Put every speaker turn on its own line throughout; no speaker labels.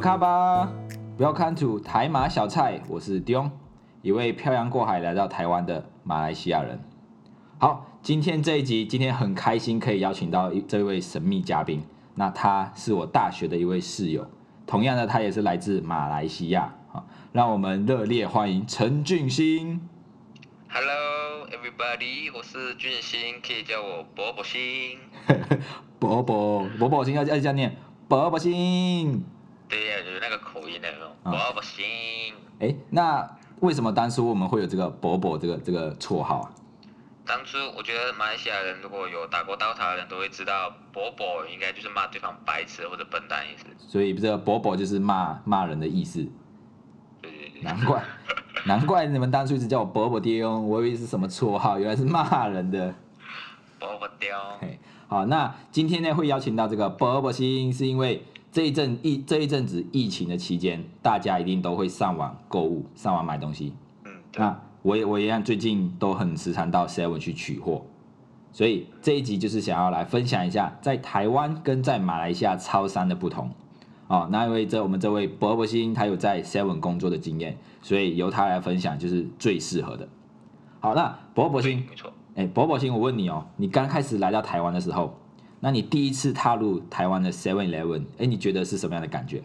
看吧，Welcome to 台马小菜，我是 Dion，一位漂洋过海来到台湾的马来西亚人。好，今天这一集，今天很开心可以邀请到一这位神秘嘉宾，那他是我大学的一位室友，同样的，他也是来自马来西亚。好，让我们热烈欢迎陈俊兴。
Hello everybody，我是俊兴，可以叫我伯伯兴。
伯伯，伯伯星要要这样念，伯伯星。
对呀、就是那个口音的那种，
啊
伯伯兴。
哎，那为什么当初我们会有这个伯伯这个这个绰号啊？
当初我觉得马来西亚人如果有打过刀塔的人都会知道，伯伯应该就是骂对方白痴或者笨蛋意思。
所以这个伯伯就是骂骂人的意思，
对对对，
难怪难怪你们当初一直叫我伯伯爹哦，我以为是什么绰号，原来是骂人的。
伯伯雕。
嘿，好，那今天呢会邀请到这个伯伯星，是因为这一阵疫这一阵子疫情的期间，大家一定都会上网购物，上网买东西，
嗯，对，
那我也我一样，最近都很时常到 Seven 去取货，所以这一集就是想要来分享一下在台湾跟在马来西亚超商的不同。哦，那因为这我们这位伯伯星他有在 Seven 工作的经验，所以由他来分享就是最适合的。好，那伯伯星，
没错。
哎，伯伯星，我问你哦，你刚开始来到台湾的时候，那你第一次踏入台湾的 Seven Eleven，哎，你觉得是什么样的感觉？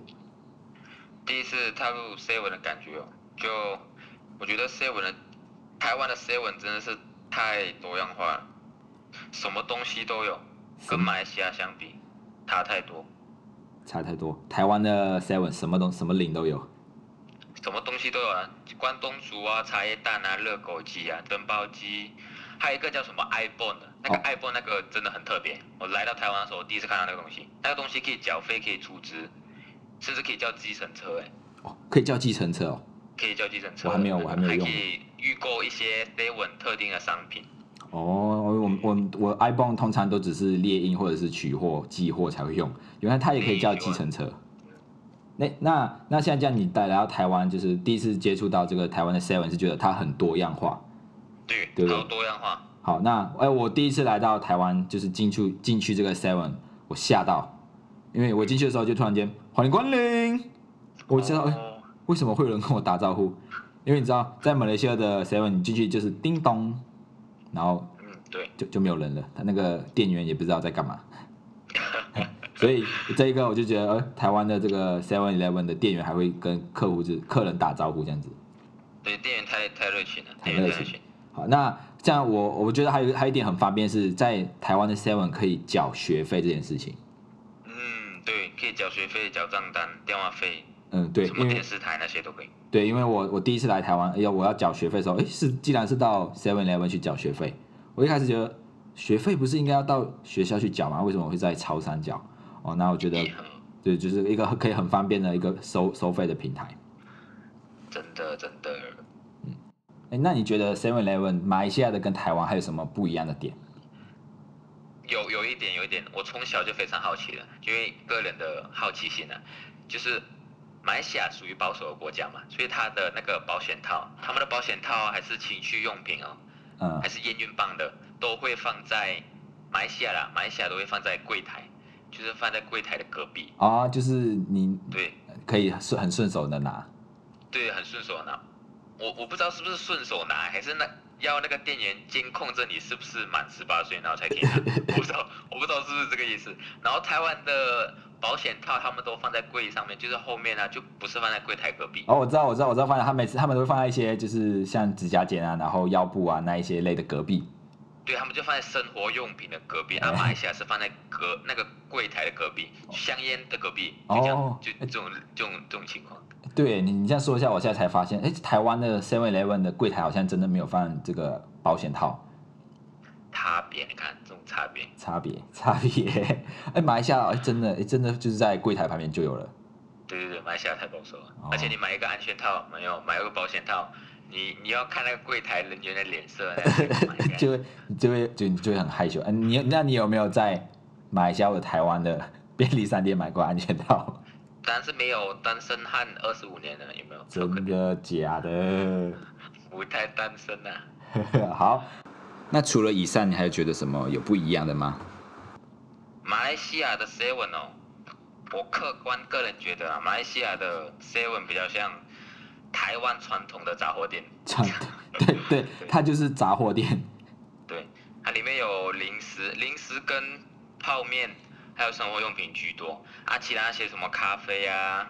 第一次踏入 seven 的感觉哦，就我觉得 seven 的台湾的 seven 真的是太多样化了，什么东西都有，
什
跟
么
马来西亚相比差太多，
差太多，台湾的 Seven 什么东什么零都有。
什么东西都有啊，关东煮啊、茶叶蛋啊、热狗鸡啊、蒸包鸡，还有一个叫什么 iPhone 的，那个
哦
iPhone 那个真的很特别，我来到台湾的时候我第一次看到那个东西，那个东西可以缴费，可以储值，甚至可以叫计程车哎、
哦，可以叫计程车哦。
可以叫计程车，
我还没有我还没有用
可以预购一些 seven 特定的商品。
哦，我我我 iPhone 通常都只是猎鹰或者是取货、寄货才会用，原来它也可以叫计程车。那那那现在这样，你带来到台湾，就是第一次接触到这个台湾的 Seven，是觉得它很多样化。
对，
对不对
好多样化。
好，那哎、我第一次来到台湾，就是进去进去这个 Seven，我吓到，因为我进去的时候就突然间欢迎光临，我知道、哎
哦
为什么会有人跟我打招呼，因为你知道在马来西亚的 Seven，你进去就是叮咚，然后
嗯，对，
就就没有人了，他那个店员也不知道在干嘛。 所以这一个我就觉得，呃，台湾的这个 Seven Eleven 的店员还会跟客户就客人打招呼这样子。
对，店员太太热情了，
太
店员
热
太热
情
情。
好，那这样我我觉得还有还有一点很方便是在台湾的 Seven 可以缴学费这件事情。
嗯，对，可以缴学费、缴账单、电话费，
嗯，对，
什么
因为
电视台那些都可以。
对，因为我我第一次来台湾，哎呀，我要缴学费的时候，哎，是既然是到 Seven Eleven 去缴学费，我一开始觉得学费不是应该要到学校去缴吗？为什么会在超商缴？哦，那我觉得
也很
对，就是一个可以很方便的一个收收费的平台。
真的真的，
哎，那你觉得 Seven Eleven 马来西亚的跟台湾还有什么不一样的点？
有有一点有一点，我从小就非常好奇了，因为个人的好奇心呢、啊，就是马来西亚属于保守的国家嘛，所以它的那个保险套，他们的保险套啊还是情趣用品哦，
嗯
还，是验孕棒的，都会放在马来西亚啦，马来西亚都会放在柜台，就是放在柜台的隔壁。
啊，就是你
对
可以顺很顺手的拿，
对，很顺手拿。我我不知道是不是顺手拿，还是那要那个店员监控着你是不是满十八岁，然后才可以拿。我不知道，我不知道是不是这个意思。然后台湾的保险套他们都放在柜上面，就是后面呢、就不是放在柜台隔壁。
哦，我知道，我知道，我知道，放在他每次他们都会放在一些就是像指甲剪啊，然后腰部啊那一些类的隔壁。
对他们就放在生活用品的隔壁，啊，马来西亚是放在隔那个柜台的隔壁，香烟的隔壁，就这
哦
样，就这种这种这种情况。
对你，你这样说一下，我现在才发现，哎，台湾的 Seven Eleven 的柜台好像真的没有放这个保险套，
差别，你看这种差别，
差别差别。 哎，马来西亚哎真的哎真的就是在柜台旁边就有了。
对对对，马来西亚太保守了，
哦
而且你买一个安全套，没有买一个保险套，你你要看那个柜台人员的脸色，那才能买
就会你就会就你就会很害羞。嗯，你那你有没有在马来西亚或者台湾的 便利商店买过安全 套？
但是没有单身汉二十五年了，有没有？有可
真
能
的假的？
不太单身呐、啊。
好，那除了以上，你还有觉得什么有不一样的吗？
马来西亚的 seven 哦，我客观个人觉得啊，马来西亚的 Seven 比较像台湾传统的杂货店，
传统， 对对，它就是杂货店，
对，它里面有零食、零食跟泡面，还有生活用品居多。啊，其他那些什么咖啡啊，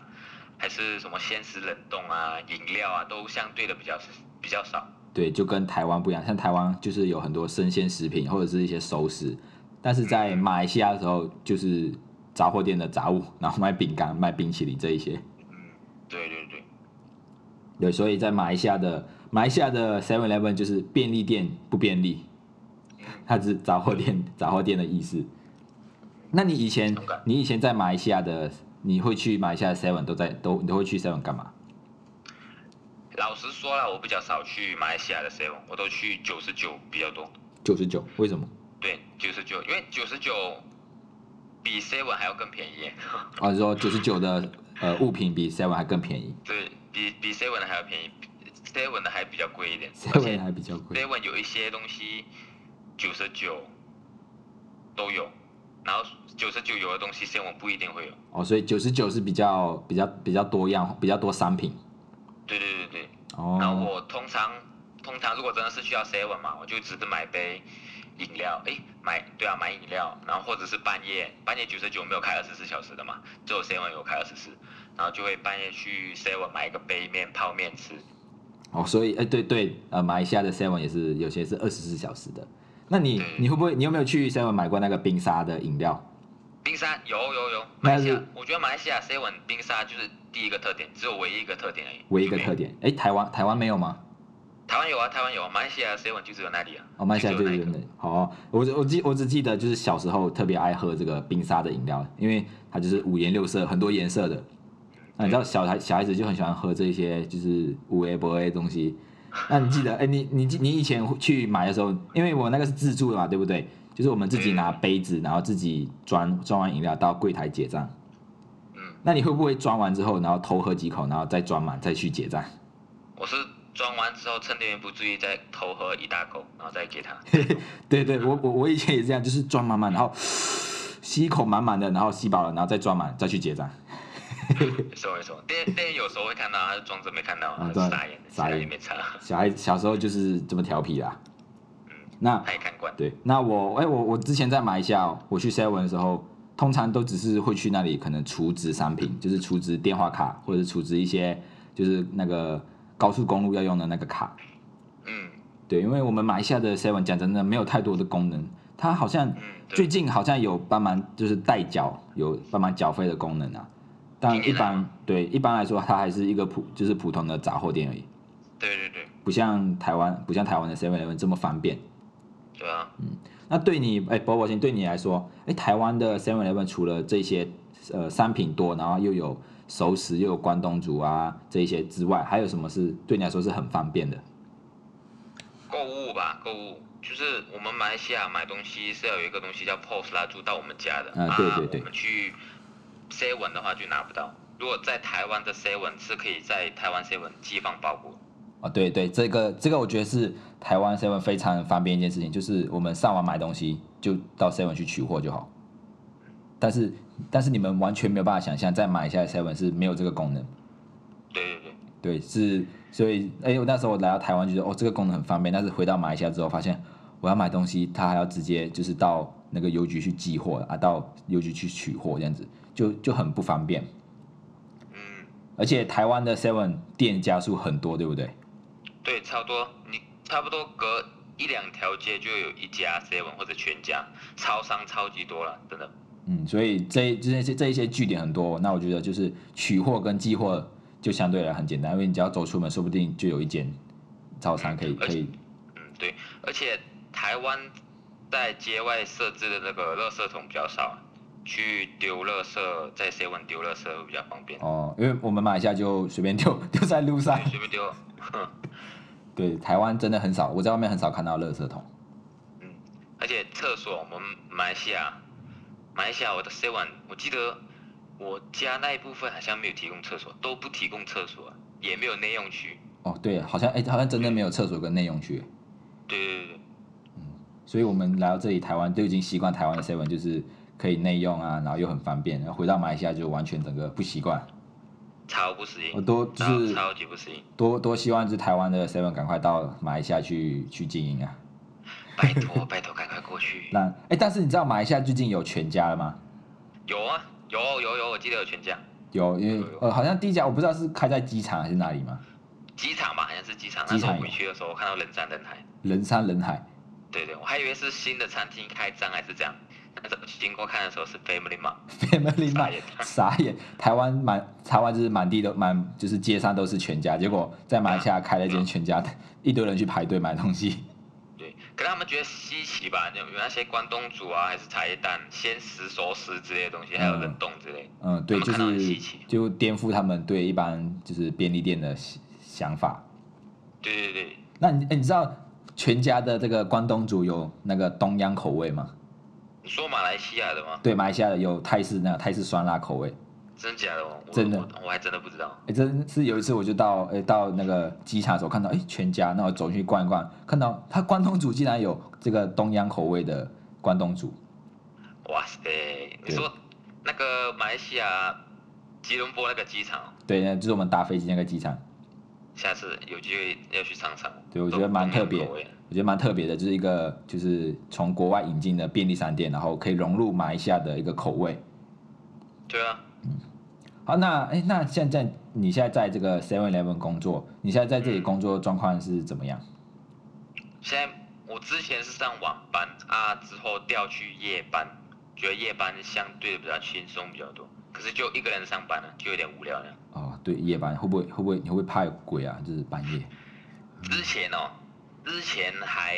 还是什么鲜食冷冻啊、饮料啊，都相对的比较比较少。
对，就跟台湾不一样，像台湾就是有很多生鲜食品或者是一些熟食，但是在马来西亚的时候就是杂货店的杂物，然后卖饼干、卖冰淇淋这一些。
嗯，对对对，
对，所以在马来西亚的马来西亚的 Seven Eleven 就是便利店不便利，它只是杂货店
嗯
杂货店的意思。那你以前
OK
你以前在马来西亚的，你会去马来西亚 Seven 都在都你都会去 Seven 干嘛？
老实说啦，我比较少去马来西亚的 Seven，我都去九十九比较多。
九十九，为什么？
对，九十九，因为九十九比 Seven 还要更便宜耶。
啊，你说九十九的呃物品比 Seven 还更便宜
对比比 Seven 的还要便宜，Seven 的还比较贵 一点，而
，Seven
且
还比较贵。
Seven 有一些东西九十九都有，然后九十九有的东西 Seven 不一定会有。
哦，所以九十九是比较比较比较多样，比较多商品。
对对对对，然后
哦，
我通常通常如果真的是去到 Seven 嘛，我就只是买杯饮料，诶，买对啊买饮料，然后或者是半夜半夜九十九没有开二十四小时的嘛，只有 Seven 有开二十四，然后就会半夜去 Seven 买一个杯面泡面吃。
哦，所以哎、对对，呃，马来西亚的 Seven 也是有些是二十四小时的。那你
对
你会不会你有没有去 Seven 买过那个冰沙的饮料？
冰沙有有有，
那
马来西亚
是，
我觉得马来西亚 Seven 冰沙就是第一个特点，只有唯一一个特点而已。
唯一一个
就没
特点，哎、台湾台湾没有吗？
台湾有啊，台湾有啊，马来西亚 Seven 就只有那里啊。
哦，马来西亚
就
就
只
是
有那一个
那好、哦，我只我记我只记得就是小时候特别爱喝这个冰沙的饮料，因为它就是五颜六色，很多颜色的。那啊你知道小孩小孩子就很喜欢喝这些就是五 A 博 A 的东西。那你记得，哎、你你记你以前去买的时候，因为我那个是自助的嘛，对不对？就是我们自己拿杯子，然后自己装装完饮料到柜台结账。
嗯，
那你会不会装完之后，然后偷喝几口，然后再装满再去结账？
我是装完之后趁店员不注意再偷喝一大口，然后再 给他。
对对，我我我以前也这样，就是装满满，然后吸一口满满的，然后吸饱了，然后再装满，再去结账。
没错没错，店店员有时候会看到，他就装着没看到，
啊
他
对
就傻眼，
傻眼
傻眼没擦，
小孩小时候就是这么调皮啦。那
他也看惯。
对，那我哎、我我之前在马来西亚，哦我去 Seven 的时候，通常都只是会去那里可能储值商品，就是储值电话卡，或者是储值一些就是那个高速公路要用的那个卡。
嗯
对，因为我们马来西亚的 Seven 讲真的没有太多的功能，它好像
嗯，
最
对，
近好像有帮忙，就是代缴有帮忙缴费的功能啊，但
今
一
年来
般对一般来说，它还是一个普就是普通的杂货店而已，
对对对，
不像台湾不像台湾的 Seven Eleven 这么方便。
对啊，
那对你哎，伯伯先对你来说，哎，台湾的 Seven Eleven 除了这些呃商品多，然后又有熟食又有关东煮啊这一些之外，还有什么是对你来说是很方便的？
购物吧，购物就是我们马来西亚买东西是要有一个东西叫 POS 啦，住到我们家的
啊对对对
我们去 Seven 的话就拿不到。如果在台湾的 Seven 是可以在台湾 Seven 寄放包裹，
啊，对对，这个这个我觉得是台湾 Seven 非常方便一件事情，就是我们上网买东西就到 Seven 去取货就好。但是但是你们完全没有办法想象，在马来西亚 Seven 是没有这个功能，
对对对，
对，是所以哎，我那时候我来到台湾就觉得哦这个功能很方便，但是回到马来西亚之后发现我要买东西，它还要直接就是到那个邮局去寄货啊，到邮局去取货这样子，就就很不方便。
嗯，
而且台湾的 Seven 店家数很多，对不对？
对，差不多，你差不多隔一两条街就有一家 Seven 或者全家，超商超级多了，真的。
嗯，所以这这些这一些据点很多，那我觉得就是取货跟寄货就相对来很简单，因为你只要走出门，说不定就有一间超商可以可以。
嗯，对，而且台湾在街外设置的那个垃圾桶比较少，去丢垃圾在 Seven 丢垃圾会比较方便，
哦，因为我们马来西亚就随便丢丢在路上
对，，随便丢。
对，台湾真的很少，我在外面很少看到垃圾桶。
嗯，而且厕所我们马来西亚，马来西亚我的 Seven，我记得我家那一部分好像没有提供厕所，都不提供厕所，也没有内用区。
哦，对，好像哎，好像真的没有厕所跟内用区，
对对对对，
所以我们来到这里台湾都已经习惯台湾的 seven 就是可以内用啊，然后又很方便，然后回到马来西亚就完全整个不习惯。
超不适
我
应，
多就
超
是
超级不适应。
多多希望就是台湾的 Seven 赶快到马来西亚去去经营啊。
拜 托拜托，赶快过去。
那哎，但是你知道马来西亚最近有全家了吗？
有啊，有有有，我记得有全家。
有，因为
有有
呃，好像第一家我不知道是开在机场还是哪里嘛，
机场吧，好像是机场。
机
那时候
场
我回
有
去的时候，我看到人山人海。
人山人海。
对对，我还以为是新的餐厅开张还是这样。但是我经过看的时候是 Family Mart，
Family
傻
Mart
眼
傻眼，台湾满台湾就是满地都满，就是街上都是全家，结果在马来西亚开了一间全家，一堆人去排队买东 西。
对，可能他们觉得稀奇吧，有有那些关东煮啊，还是茶叶蛋、鲜食、熟食之类的东西，还有
嗯
冷冻之类的。
嗯，对，
他
就
们看到很
是
稀奇
就颠覆他们对一般就是便利店的想想法。
对对对，
那你哎你知道全家的这个关东煮有那个东洋口味吗？
你说马来西亚的吗？
对，马来西亚的有泰式那个泰式酸辣口味。
真的假的哦？我
真的
我，我还真的不知道。
哎，真是有一次我就到哎到那个机场的时候看到哎全家，那我走进去逛一逛，看到它关东煮竟然有这个东洋口味的关东煮。
哇塞，你说那个马来西亚吉隆坡那个机场，
对，那就是我们搭飞机那个机场，
下次有机会要去尝尝。
对我觉
都
得蛮
都没有
特别
口味
我觉得蛮特别的，就是一个就是从国外引进的便利商店，然后可以融入马来西亚的一个口味。
对啊，
好，那哎，那现在你现在在这个 Seven Eleven 工作，你现在在这里工作状况是怎么样？
现在我之前是上晚班啊，之后调去夜班，觉得夜班相对比较轻松比较多。可是就一个人上班了，就有点无聊了。
哦，对，夜班会不会会不会你会不会怕有鬼啊？就是半夜，嗯
之前哦，之前还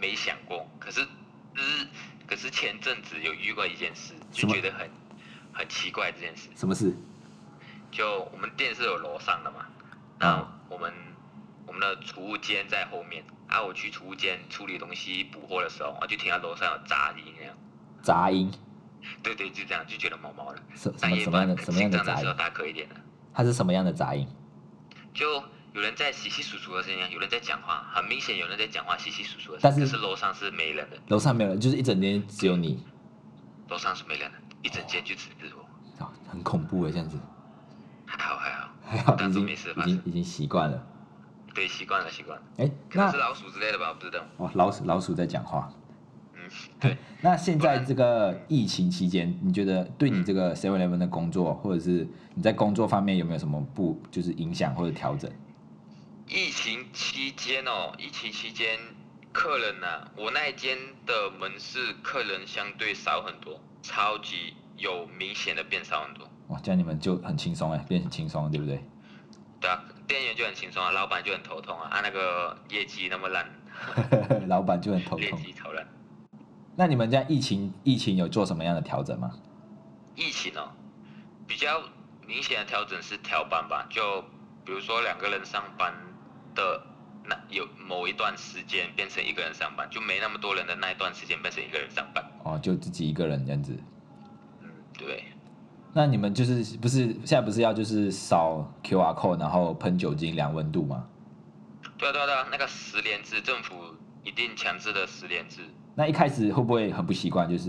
没想过，可是之可是前阵子有遇过一件事，
什
就
么
觉得很很奇怪这件事。
什么事？
就我们店是有楼上的嘛，
嗯
那我们我们的储物间在后面啊，我去储物间处理东西补货的时候，我啊就听到楼上有杂音那样。
杂音？
对对，就这样就觉得毛毛的。
什什
上
么
夜
什么
班
样的
很
什么样
紧张的
杂
时候
音？
大可一点的，
它是什么样的杂音？
就有人在稀稀疏疏的声音，有人在讲话，很明显有人在讲话，稀稀疏疏的声
但
音。
是
可是楼上是没人的，
楼上没有人，就是一整天只有你，
楼上是没人的，一整间就只是我。
哦、很恐怖的这样子。
还好还好，
还好
当
已
作
经
没事
已
发
经
生。
已经习惯了。
对，习惯了习惯了，
哎，
可能
那
是老鼠之类的吧，我不知道。
哦，老鼠老鼠在讲话。
嗯，对。嗯
那现在这个疫情期间，你觉得对你这个 Seven Eleven 的工作，或者是你在工作方面有没有什么不就是影响或者调整？
疫情期间哦，疫情期间客人呐、我那一间的门市客人相对少很多，超级有明显的变少很多。
哇，哦这样你们就很轻松哎，变很轻松，对不对？
对啊，店员就很轻松啊，老板就很头痛啊，啊那个业绩那么烂，
老板就很头
业
痛。
绩超烂。
那你们在疫情疫情有做什么样的调整吗？
疫情哦，比较明显的调整是调班吧，就比如说两个人上班的那有某一段时间变成一个人上班，就没那么多人的那一段时间变成一个人上班。
哦，就自己一个人这样子。
嗯，对。
那你们就是不是现在不是要就是扫 QR code，然后喷酒精量温度吗？
对啊对啊对啊，那个十连制，政府一定强制的十连制。
那一开始会不会很不习惯？就是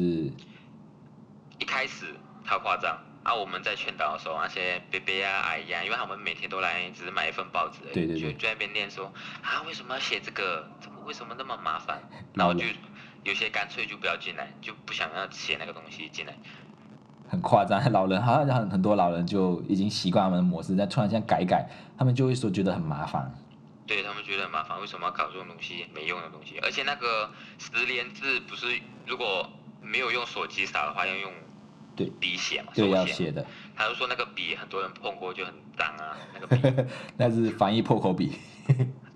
一开始超夸张啊！我们在劝导的时候，那些伯伯啊、阿姨啊，因为他们每天都来，只是买一份报纸而已，
对对对
就就在那边念说啊，为什么要写这个？怎么为什么那么麻 烦？
老
然后
了
就有些干脆就不要进来，就不想要写那个东西进来。
很夸张，老人好像很很多老人就已经习惯他们的模式，但突然间改一改，他们就会说觉得很麻烦。
对他们觉得很麻烦，为什么要搞这种东西没用的东西？而且那个十连制不是如果没有用手机扫的话，要用
对
笔写嘛，
对，
手
要
写嘛
写的，
他就说那个笔很多人碰过就很脏啊，那个笔
那是防疫破口笔，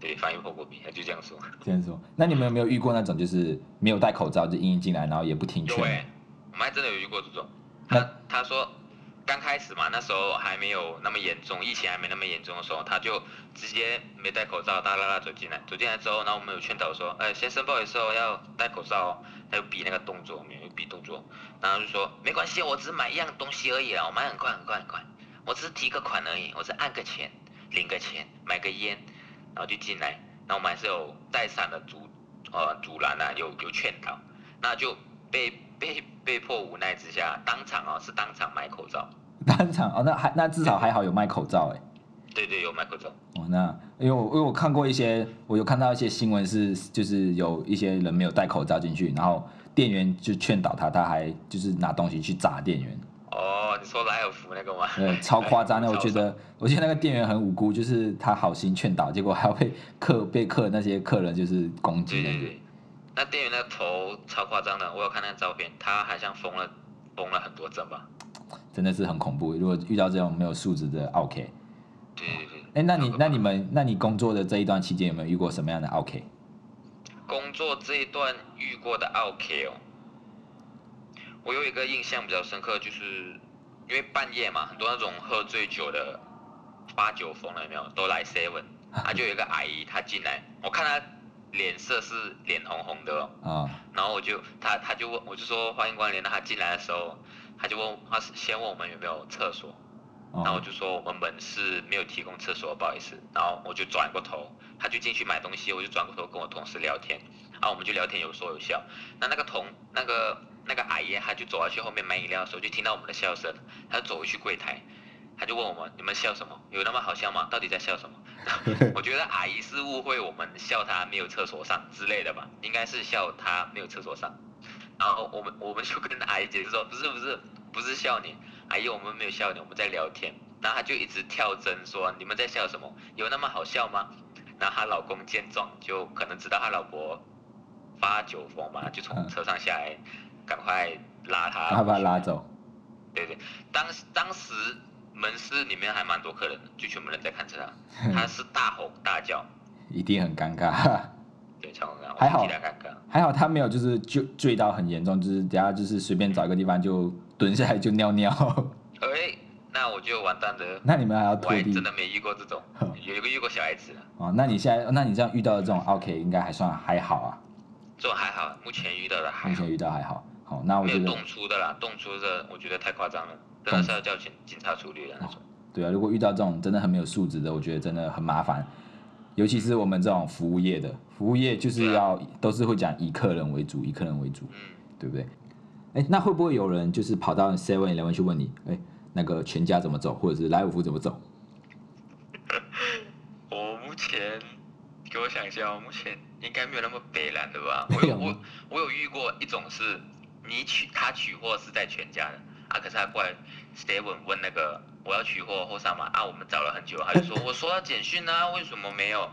对翻译破过笔，他就这样说。
这样说。那你们有没有遇过那种就是没有戴口罩就硬硬进来，然后也不听
有
劝？
哎、我们还真的有遇过这种。
那
他他说刚开始嘛，那时候还没有那么严重，疫情还没那么严重的时候，他就直接没戴口罩，大啦啦走进来。走进来之后，然后我们有劝导说，哎、先生不好意思哦，要戴口罩哦。他就比那个动作，没有比动作，然后就说没关系，我只买一样东西而已啊，我买很快很快很快，我只是提个款而已，我只按个钱，领个钱，买个烟，然后就进来。然后我们还是有带伞的阻呃阻拦啊，有有劝导。那就被被被迫无奈之下，当场哦是当场买口罩，
当场哦，那还那至少还好有卖口罩哎。
对对，有买口罩，
哦，那因为我因为我看过一些，我有看到一些新闻是，就是有一些人没有戴口罩进去，然后店员就劝导他，他还就是拿东西去砸店员，
哦，你说莱尔福那个吗？
呃，超夸张的。
超
我觉得，我觉得那个店员很无辜，就是他好心劝导，结果还要被客被客那些客人就是攻击
对
那
对
些。
对，那店员那头超夸张的，我有看那个照片，他好像缝了缝了很多针吧？
真的是很恐怖。如果遇到这种没有素质的 OK，
对对对。
哎、那你
超可怕
那你们那你工作的这一段期间有没有遇过什么样的 OK？
工作这一段遇过的 OK 哦，我有一个印象比较深刻，就是因为半夜嘛，很多那种喝醉酒的发酒疯了有没有，都来 seven，他就有一个阿姨，她进来，我看她脸色是脸红红的、
啊、
哦，然后我就她她就问，我就说欢迎光临，那她进来的时候，她就问，她先问我们有没有厕所，
哦，
然后我就说我们门是没有提供厕所，不好意思。然后我就转过头，他就进去买东西，我就转过头跟我同事聊天，然后我们就聊天有说有笑。那那个同那个那个阿姨，她就走下去后面买饮料的时候，就听到我们的笑声，她就走回去柜台，她就问我们你们笑什么？有那么好笑吗？到底在笑什么？我觉得阿姨是误会我们笑她没有厕所上之类的吧，应该是笑她没有厕所上。然后我们我们就跟阿姨解释说，不是不是不是笑你，阿姨我们没有笑你，我们在聊天。然后她就一直跳针说你们在笑什么？有那么好笑吗？然后她老公见状就可能知道她老婆发酒疯嘛，就从
嗯
车上下来，赶快拉她，
他把他拉。走。
对对，当时当时门市里面还蛮多客人的，就全部人在看着
嗯
她，她是大吼大叫，
一定很尴尬。
对，超尴尬，
还好
我替她尴尬。
还好他没有就是就醉到很严重，就是等下就是随便找一个地方就蹲下来就尿尿。
哎，那我就完蛋了。
那你们还要
我
拖
还
地
真的没遇过这种
哼，
有一个遇过小孩子的，
哦？那你现在那你这样遇到的这种 OK 应该还算还好啊，
这种还好，目前遇到的还
目
好
前，遇到还好。好，那我
没
觉
有
得
动粗的啦，动粗的我觉得太夸张了，真的是要叫警警察处理的那种。
对啊，如果遇到这种真的很没有素质的，我觉得真的很麻烦。尤其是我们这种服务业的，服务业就是要
啊
都是会讲以客人为主，以客人为主，
嗯，
对不对？哎，那会不会有人就是跑到 Seven Eleven 去问你，哎，那个全家怎么走，或者是来五福怎么走？
我目前给我想一下，我目前应该没有那么北蓝的吧？我
没
有
有
我我有遇过一种是，你取他取货是在全家的啊，可是他过来 Steven 问那个我要取货后上嘛啊，我们找了很久，他就 说我收到简讯啊，为什么没有？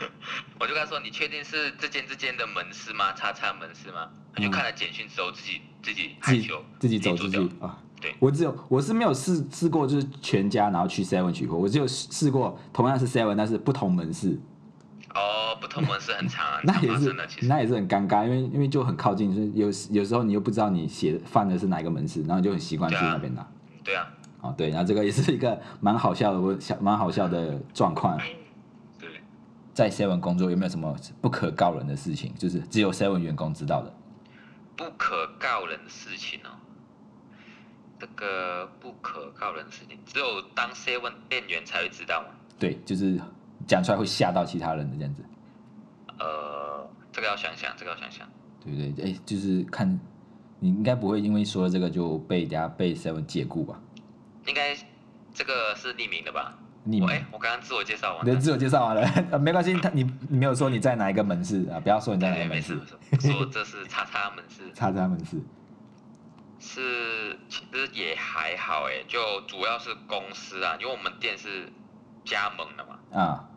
我就跟他说你确定是这间这间的门市吗？叉叉门市吗？他就看了简讯之后自己自己
自
害
己
羞，
自己走自
做
己
掉
啊。
对
我只有我是没有试试过，就是全家然后去 Seven 取货，我只有试试过同样是 Seven，但是不同门市，
哦，不同门市很长 啊，
那也
发
是
生的其实。
那也是很尴尬，因为因为就很靠近，所以有时有时候你又不知道你写放的是哪一个门市，然后你就很习惯去
对啊
那边拿。
对啊，
哦，对，然后这个也是一个蛮好笑的问，小蛮好笑的状况。
对。
在 Seven 工作有没有什么不可告人的事情？就是只有 Seven 员工知道的。
不可告人的事情哦。这个不可告人的事情，只有当 seven 店员才会知道嘛。
对，就是讲出来会吓到其他人的这样子，
呃，这个要想想，这个要想想。
对不对？哎，就是看你应该不会因为说这个就被人家被 Seven 解雇吧？
应该这个是匿名的吧？
匿
我
名
哎、我刚刚自我介绍完
你的
了。
自我介绍完了， 呃没关系，他你你没有说你在哪一个门市啊？不要说你在
对
哪一
对，
个
没
门
事
市
哎没，事。说这是叉叉门市，
叉叉门市。
是其实也还好哎、就主要是公司啊，因为我们店是加盟的嘛。
啊，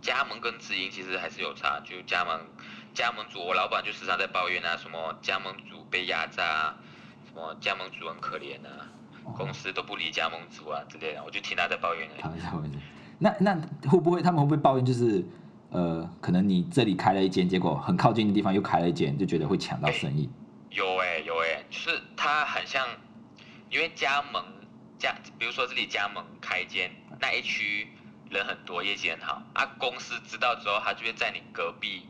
加盟跟直营其实还是有差，就加盟加盟主，我老板就时常在抱怨啊，什么加盟主被压榨啊，什么加盟主很可怜啊，
哦
公司都不理加盟主啊之类的，我就听他在抱怨而
叉
已。
叉门市。那那会不会他们会不会抱怨就是呃，可能你这里开了一间，结果很靠近的地方又开了一间，就觉得会抢到生意？
有哎、有哎、就是他很像，因为加盟加，比如说这里加盟开间那一区人很多，业绩很好，啊公司知道之后，他就会在你隔壁。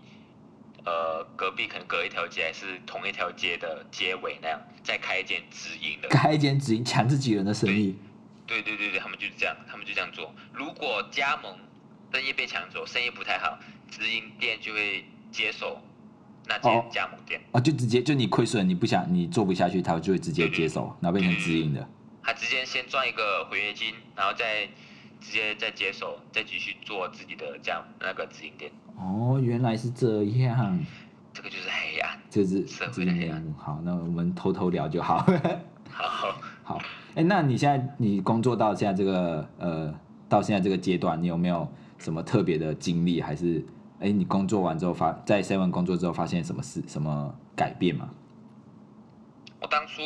呃，隔壁可能隔一条街还是同一条街的街尾那样，再开一间直营 的，
开一间直营抢自己人的生意？
对对对对，他们就是这样，他们就这样做。如果加盟生意被抢走，生意不太好，直营店就会接手那间加盟店，
啊，就直接就你亏损，你不想你做不下去，他就会直接接手，然后变成
嗯
直营的。
他直接先赚一个违约金，然后再直接再接手，再继续做自己的加那个直营店。
哦，原来是这样，
这个就是黑暗。
就是
嗯社会
今
的黑
天
暗
好，那我们偷偷聊就好。
好，
好，哎、那你现在你工作到现在这个呃，到现在这个阶段，你有没有什么特别的经历？还是哎、你工作完之后发在 Seven 工作之后发现什么事什么改变吗？
我当初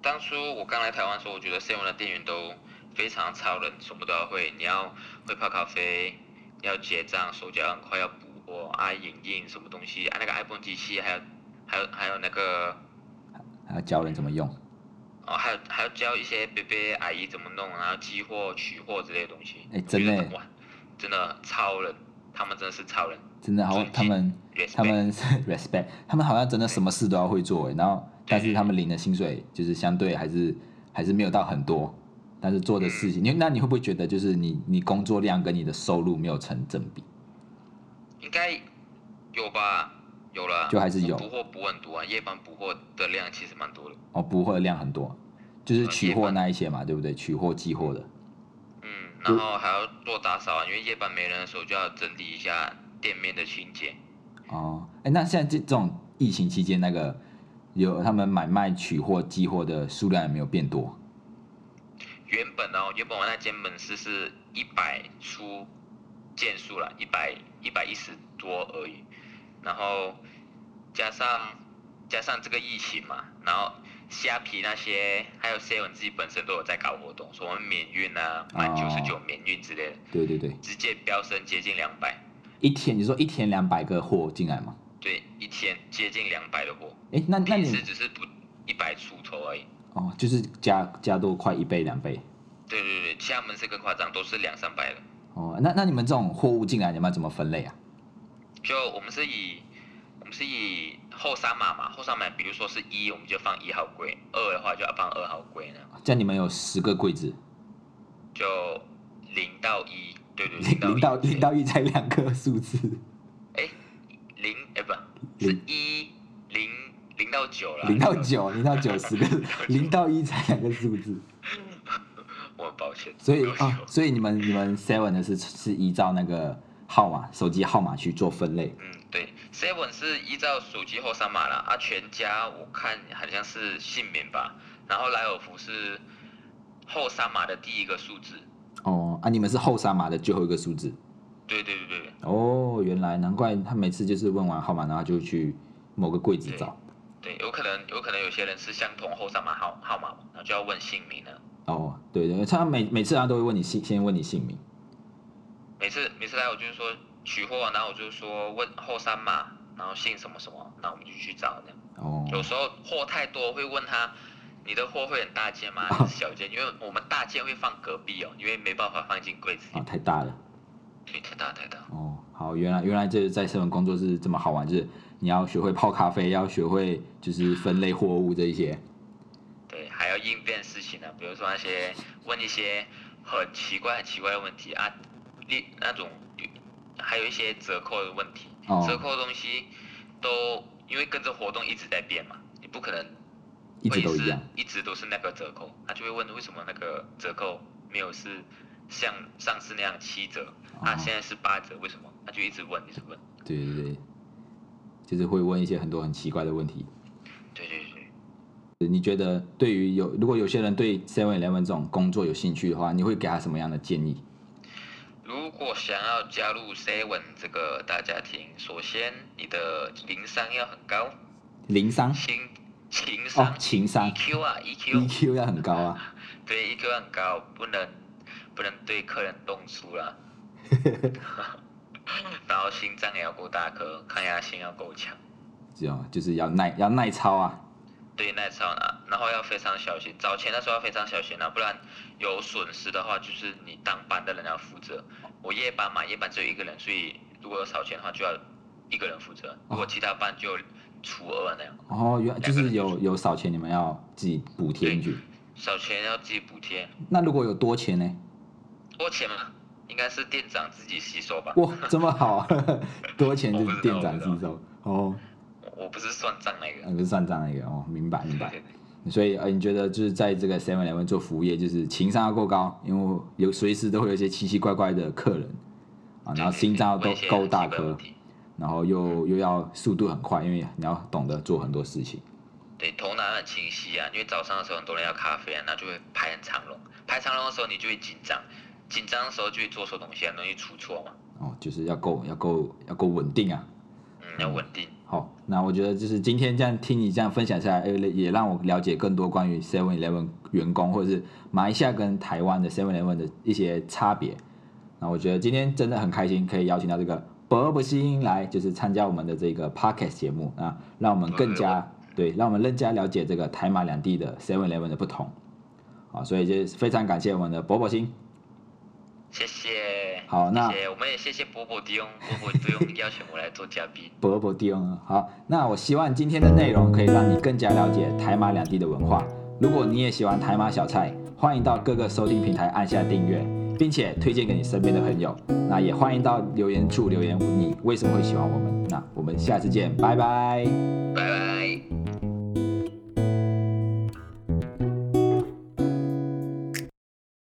当初我刚来台湾的时候，我觉得 seven 的店员都非常超人，什么都要会，你要会泡咖啡，要结账，手脚要很快，要补货，啊，影印什么东西，啊，那个 iPhone 机器，还有还有还有那个
还要教人怎么用？
哦，还有还要教一些伯伯阿姨怎么弄，然后寄货、取货之类的东西。
哎
我
真
觉得
的
很哇，真的超人，他们真的是超人。
真的好
尊，敬
他们
respect
他们 respect，他们好像真的什么事都要会做、哎然后但是他们领的薪水就是相对还是还是没有到很多，但是做的事情，你那你会不会觉得就是你你工作量跟你的收入没有成正比？
应该有吧？有了，
就还是有
补货补很多啊，夜班补货的量其实蛮多的。
哦，补货的量很多，就是
呃
取
夜
货
班
那一些嘛，对不对？取货寄货的。
嗯，然后还要做打扫啊，因为夜班没人的时候就要整理一下店面的清洁。
哦，哎，那现在这这种疫情期间，那个有他们买卖取货寄货的数量有没有变多？
原本哦，原本我那间门市是一百出件数了，一百一百一十多而已。然后加上加上这个疫情嘛，然后虾皮那些还有 seven 自己本身都有在搞活动，什么免运啊，
哦
满九十九免运之类的，
对对对，
直接飙升接近两百，
一天你说一天两百个货进来吗？
对，一天接近两百的货，
哎，那那
平
你
时只是不一百出头而已。
哦，就是加加多快一倍两倍。
对对对，其他门市更夸张，都是两三百的。
哦，那那你们这种货物进来，你们要怎么分类啊？
就我们是以我们是以后三码嘛，后三码，比如说是一，我们就放一号柜；二的话就要放二号柜呢，
像你们有十个柜子，
就零到一，对对，
零
零
零
到
到
一
零到一才两个数字，
哎零哎不是一零零到九 了，
零啊到，九，零到九十个，零到一才两个数字。
我很抱歉，
所以
零到
啊
九，
所以你们你们 Seven 的是是依照那个号码手机号码去做分类
嗯对，seven 是依照手机后三码啦，啊全家我看好像是姓名吧，然后莱尔福是后三码的第一个数字，
哦啊，你们是后三码的最后一个数字
对对对对。
哦，原来难怪他每次就是问完号码，然后就去某个柜子找
对，有可能有可能有些人是相同后三码号号码，然后就要问姓名了。
哦，对对，他每每次他都会问你姓，先问你姓名
每次每次来我就是说取货，啊然后我就说问后三码，然后姓什么什么，那我们就去找这样。
哦，
有时候货太多会问他，你的货会很大件吗？还是小件？因为我们大件会放隔壁哦，因为没办法放进柜子
啊
里，
太大了
对，太大太大。
哦，好，原来原来这在 Seven 工作是这么好玩，就是你要学会泡咖啡，要学会就是分类货物这一些。
对，还要应变事情呢、啊比如说那些问一些很奇怪、很奇怪的问题啊，例那种，还有一些折扣的问题，
哦
折扣的东西都因为跟着活动一直在变嘛，你不可能
一直都
会是
一样，
一直都是那个折扣，他就会问为什么那个折扣没有是像上次那样七折，啊
哦
现在是八折，为什么？他就一直问，一直问，
对对对，就是会问一些很多很奇怪的问题。
对对对。
你觉得对于有如果有些人对 Seven Eleven 这种工作有兴趣的话，你会给他什么样的建议？
如果想要加入 Seven 这个大家庭，首先你的情商要很高，
零商
心情
哦
商、，
情商
EQ 啊 EQ，
EQ 要很高啊。
对 EQ 很高，不能不能对客人动 粗啦。然后心脏也要够大颗，抗压性要够强，
这样就是要耐要耐操啊。
对耐操呢，然后要非常小心。早前的时候要非常小心啊，不然有损失的话，就是你当班的人要负责。我夜班嘛，夜班只有一个人，所以如果有少钱的话，就要一个人负责；如果其他班就除二那样。
哦，原就是有有少钱你们要自己补贴进去。
少钱要自己补贴，
那如果有多钱呢？
多钱嘛，应该 是店长自己吸收吧。
哇，这么好、啊，多钱就
我不知
是
道
店长吸
我不
收哦。
不是算账那个。
你是算账那个哦，明白明
对
白
对。对
所以呃，你觉得就是在这个 Seven Eleven 做服务业，就是情商要够高，因为有随时都会有一些奇奇怪怪的客人
嗯
啊，然后心脏要
对
够
对对
够大
问一些很奇怪的
颗
问，题
然后又又要速度很快，因为你要懂得做很多事情。
对，头脑很清晰啊，因为早上的时候很多人要咖啡啊，那就会排很长龙，排长龙的时候你就会紧张，紧张的时候就会做错东西，啊很容易出错嘛。
哦，就是要够要够要够稳定啊。
嗯，要稳定。
好，那我觉得就是今天这样听你这样分享下来，呃也让我了解更多关于 Seven Eleven 员工或者是马来西亚跟台湾的 Seven Eleven 的一些差别。那我觉得今天真的很开心，可以邀请到这个伯伯欣来，就是参加我们的这个 Podcast 节目啊，让我们更加对，让我们更加了解这个台马两地的 Seven Eleven 的不同。啊，所以就是非常感谢我们的伯伯欣。
谢谢。
好那
谢谢，我们也谢谢波波迪翁，波波迪翁邀请我来做嘉宾。
伯伯迪翁。好，那我希望今天的内容可以让你更加了解台马两地的文化。如果你也喜欢台马小菜，欢迎到各个收听平台按下订阅，并且推荐给你身边的朋友。那也欢迎到留言处留言你为什么会喜欢我们。那我们下次见，拜拜。